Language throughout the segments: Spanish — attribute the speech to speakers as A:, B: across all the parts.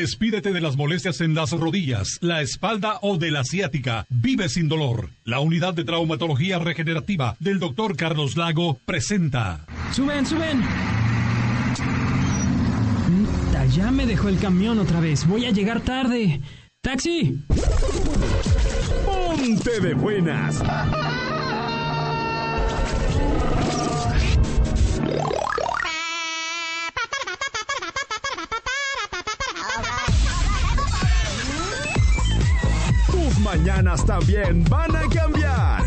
A: Despídete de las molestias en las rodillas, la espalda o de la ciática. Vive sin dolor. La unidad de traumatología regenerativa del doctor Carlos Lago presenta.
B: ¡Suben, suben! Puta, Ya me dejó el camión otra vez. Voy a llegar tarde. ¡Taxi!
C: Ponte de buenas. Tus mañanas también van a cambiar.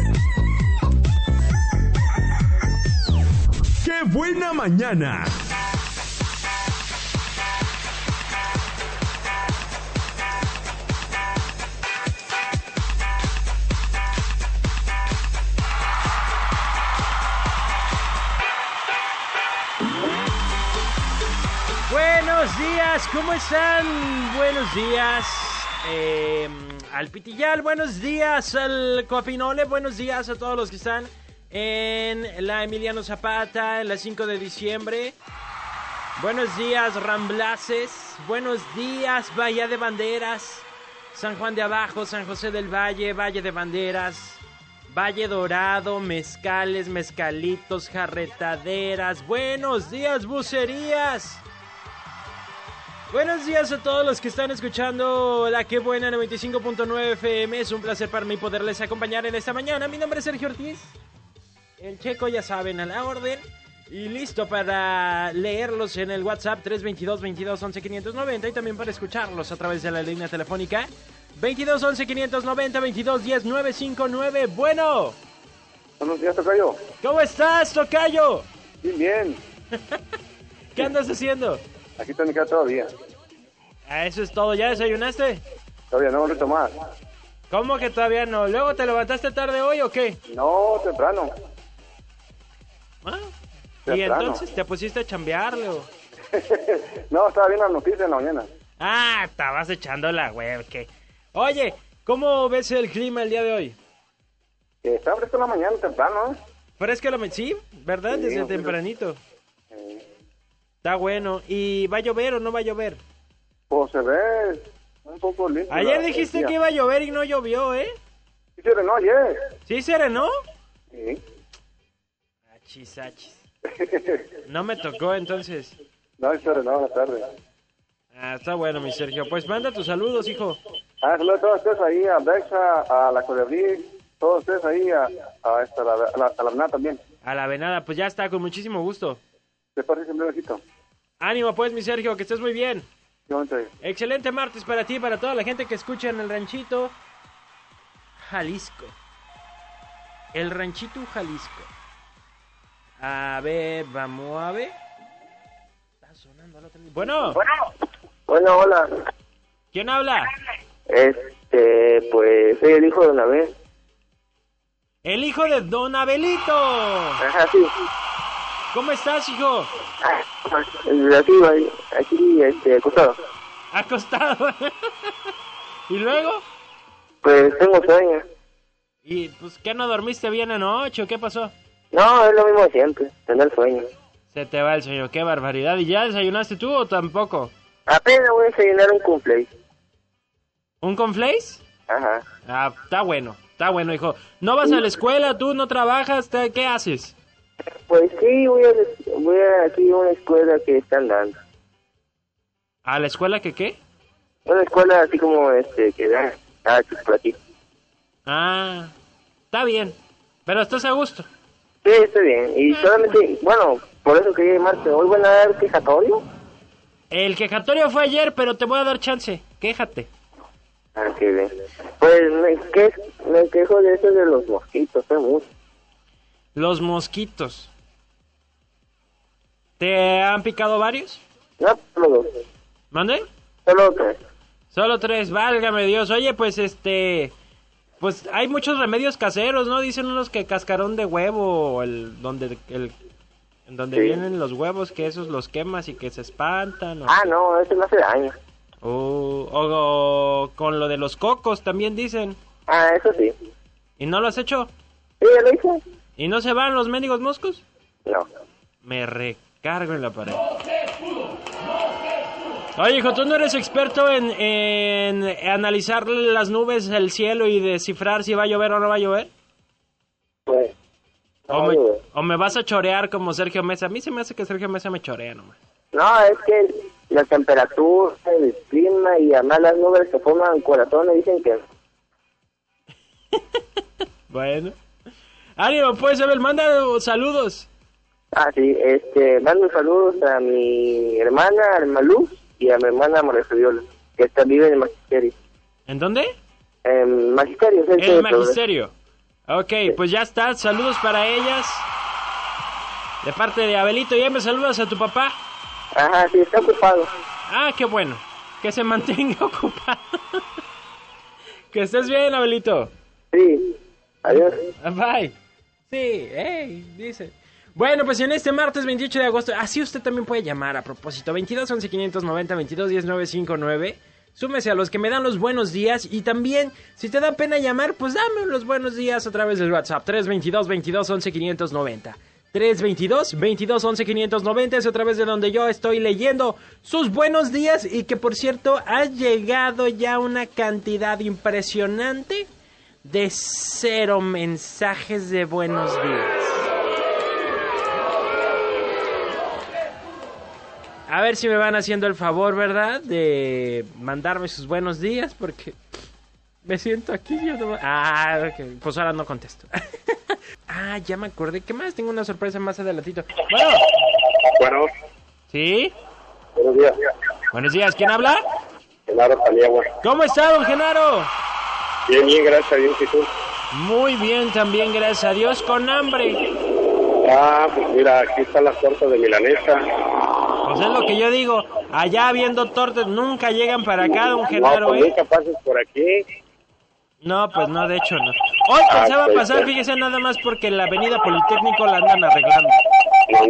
C: ¡Qué buena mañana!
D: Buenos días, ¿cómo están? Buenos días eh, al Pitillal, buenos días al Copinole, buenos días a todos los que están en la Emiliano Zapata, en la 5 de diciembre. Buenos días, Ramblaces, buenos días, Bahía de Banderas, San Juan de Abajo, San José del Valle, Valle de Banderas, Valle Dorado, Mezcales, Mezcalitos, Jarretaderas. Buenos días, Bucerías. Buenos días a todos los que están escuchando la Qué Buena 95.9 FM. Es un placer para mí poderles acompañar en esta mañana. Mi nombre es Sergio Ortiz. El checo, ya saben, a la orden. Y listo para leerlos en el WhatsApp 322 22 11 590 y también para escucharlos a través de la línea telefónica 22 11 590 22 10 959. Bueno,
E: Buenos días, Tocayo.
D: ¿cómo estás, Tocayo?
E: Bien, bien.
D: ¿Qué andas haciendo?
E: Aquí está mi casa todavía.
D: Ah, Eso es todo, ¿ya desayunaste?
E: Todavía no, un rato más.
D: ¿Cómo que todavía no? ¿Luego te levantaste tarde hoy o qué?
E: No, temprano.
D: Ah, Y
E: Temprano.
D: entonces te pusiste a chambear, Leo.
E: no, estaba viendo las noticias en la mañana.
D: Ah, estabas echando la web, que. Oye, ¿cómo ves el clima el día de hoy?
E: Eh, estaba fresco en la mañana, temprano, ¿eh?
D: Fresca la ma- sí, ¿verdad?
E: Sí,
D: Desde
E: un poquito.
D: tempranito.
E: Eh,
D: Está bueno. ¿Y va a llover o no va a llover?
E: Pues se ve un poco lindo.
D: Ayer
E: la-
D: dijiste
E: el día.
D: que iba a llover y no llovió, ¿eh?
E: Sí, se no, ayer.
D: ¿Sí, serenó?
E: Sí.
D: Achis, achis. No me tocó entonces.
E: no, se no, la tarde.
D: Ah, está bueno, mi Sergio. Pues manda tus saludos, hijo.
E: Ah, saludos a todos ustedes ahí, a Bexa, a la Colebrí, todos ustedes ahí, a, a, esta, la- a la, a la Nat también.
D: A la venada, pues ya está, con muchísimo gusto.
E: De parte siempre un besito.
D: Ánimo, pues, mi Sergio, que estés muy bien.
E: Yo entre-
D: Excelente martes para ti, para toda la gente que escucha en el ranchito Jalisco. El ranchito Jalisco. A ver, vamos a ver. Está sonando al otro lado. Bueno,
F: Hola, hola.
D: ¿quién habla?
F: Este, pues soy el hijo de una vez.
D: El hijo de Don Abelito.
F: Ajá, sí.
D: ¿Cómo estás, hijo?
F: Ah, de aquí, ahí, aquí, este, acostado.
D: Acostado. ¿Y luego?
F: Pues tengo sueño.
D: ¿Y pues qué no dormiste bien anoche o qué pasó?
F: No, es lo mismo de siempre, tener sueño.
D: Se te va el sueño, qué barbaridad. ¿Y ya desayunaste tú o tampoco?
F: Apenas voy a desayunar un cumple.
D: ¿Un conflace?
F: Ajá.
D: Ah, está bueno, está bueno, hijo. ¿No vas a la escuela? ¿Tú no trabajas? ¿Te- ¿Qué haces?
F: Pues sí, voy a, voy a aquí a una escuela que están dando.
D: ¿A la escuela que qué?
F: Una escuela así como, este, que da, ah, aquí por aquí.
D: Ah, está bien. Pero estás a gusto.
F: Sí, está bien. Y solamente, bueno, por eso quería llamarte. ¿Hoy van a dar quejatorio?
D: El quejatorio fue ayer, pero te voy a dar chance. Quéjate.
F: Ah, qué bien. Pues me, que, me quejo de eso de los mosquitos, es mucho.
D: Los mosquitos. ¿Te han picado varios?
F: No, solo dos.
D: ¿Mande?
F: Solo tres.
D: Solo tres, válgame Dios. Oye, pues este. Pues hay muchos remedios caseros, ¿no? Dicen unos que cascarón de huevo, o el, donde, el, en donde
F: Sí.
D: vienen los huevos, que esos los quemas y que se espantan. O,
F: Ah, no, eso no hace daño.
D: o- o- o con lo de los cocos también dicen.
F: Ah, eso sí.
D: ¿Y no lo has hecho?
F: ¿Sí, ya lo hice?
D: ¿Y no se van los mendigos moscos?
F: No.
D: Me recargo en la pared. Oye, hijo, tú no eres experto en, en analizar las nubes, el cielo y descifrar si va a llover o no va a llover.
F: Pues,
D: O
F: no,
D: me,
F: güey.
D: o me vas a chorear como Sergio Mesa. A mí se me hace que Sergio Mesa me chorea nomás.
F: No, es que la temperatura, el clima y además las nubes que forman corazones dicen que
D: Bueno. Ánimo, pues, Abel, manda uh, saludos.
F: Ah, sí, este, mando saludos a mi hermana, a Malú, y a mi hermana María Fabiola, que está vive en el magisterio.
D: ¿En dónde?
F: En magisterio, es el
D: El
F: centro, ¿verdad?
D: magisterio. Ok, pues ya está. Saludos para ellas. De parte de Abelito, ya me saludas a tu papá.
F: Ajá, sí, está ocupado.
D: Ah, qué bueno. Que se mantenga ocupado. que estés bien, Abelito.
F: Sí, adiós.
D: Bye. Sí, hey, dice. Bueno, pues en este martes 28 de agosto, así usted también puede llamar a propósito. 22 11 590 22 10 959. Súmese a los que me dan los buenos días y también, si te da pena llamar, pues dame los buenos días a través del WhatsApp. 322 22 11 590. 322 22 11 590 es a través de donde yo estoy leyendo sus buenos días y que por cierto ha llegado ya una cantidad impresionante de cero mensajes de buenos días. A ver si me van haciendo el favor, ¿verdad? De mandarme sus buenos días porque me siento aquí. Yo no... Ah, ok, pues ahora no contesto. ah, ya me acordé. ¿Qué más? Tengo una sorpresa más adelantito. Bueno,
E: Bueno,
D: ¿sí?
E: buenos días.
D: Buenos días, ¿quién habla?
E: Genaro Paniagua.
D: ¿Cómo está, don Genaro?
E: Bien, bien, gracias, bien, ¿y tú?
D: Muy bien, también, gracias a Dios, con hambre.
E: Ah, pues mira, aquí está la torta de milanesa.
D: Pues es lo que yo digo. Allá viendo tortas nunca llegan para acá, don
E: no,
D: Genaro,
E: pues
D: ¿eh?
E: nunca pases por aquí.
D: No, pues no, de hecho no. Hoy
E: Ah,
D: pensaba
E: pues,
D: pasar,
E: pues.
D: fíjese nada más porque la avenida Politécnico la andan arreglando.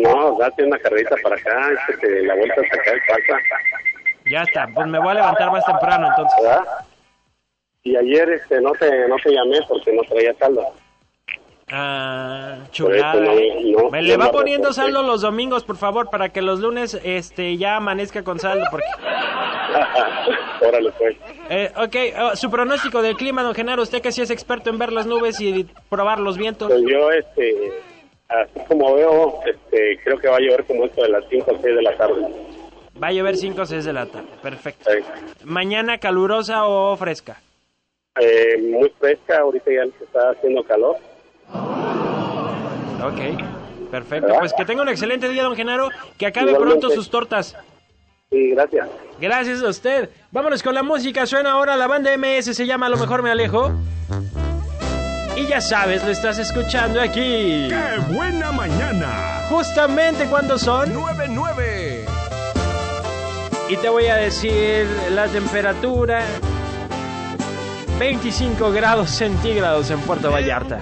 E: No, no, date una carrerita para acá, este, que la vuelta hasta acá y pasa,
D: Ya está, pues me voy a levantar más temprano entonces.
E: ¿verdad? Y ayer este, no, te, no te llamé porque no traía saldo.
D: Ah, chulada.
E: Por eso no- no-
D: me
E: no
D: le va
E: me
D: poniendo
E: reporté.
D: saldo los domingos, por favor, para que los lunes este ya amanezca con saldo. Porque...
E: Órale, pues.
D: Eh, ok, ah, su pronóstico del clima, don Genaro, usted que sí es experto en ver las nubes y probar los vientos.
E: Pues yo, este, así como veo, este, creo que va a llover como esto de las 5 o 6 de la tarde.
D: Va a llover 5 o 6 de la tarde, perfecto.
E: Eh,
D: Mañana calurosa o fresca.
E: eh, muy fresca, ahorita ya se está haciendo calor.
D: Ok, perfecto.
E: ¿Verdad?
D: Pues que tenga un excelente día, don Genaro. Que acabe
E: Igualmente.
D: pronto sus tortas.
E: Sí, gracias.
D: Gracias a usted. Vámonos con la música. Suena ahora la banda MS. Se llama A lo mejor me alejo. Y ya sabes, lo estás escuchando aquí.
C: ¡Qué buena mañana!
D: Justamente cuando son.
C: 9-9.
D: Y te voy a decir la temperatura. 25 grados centígrados en Puerto Vallarta.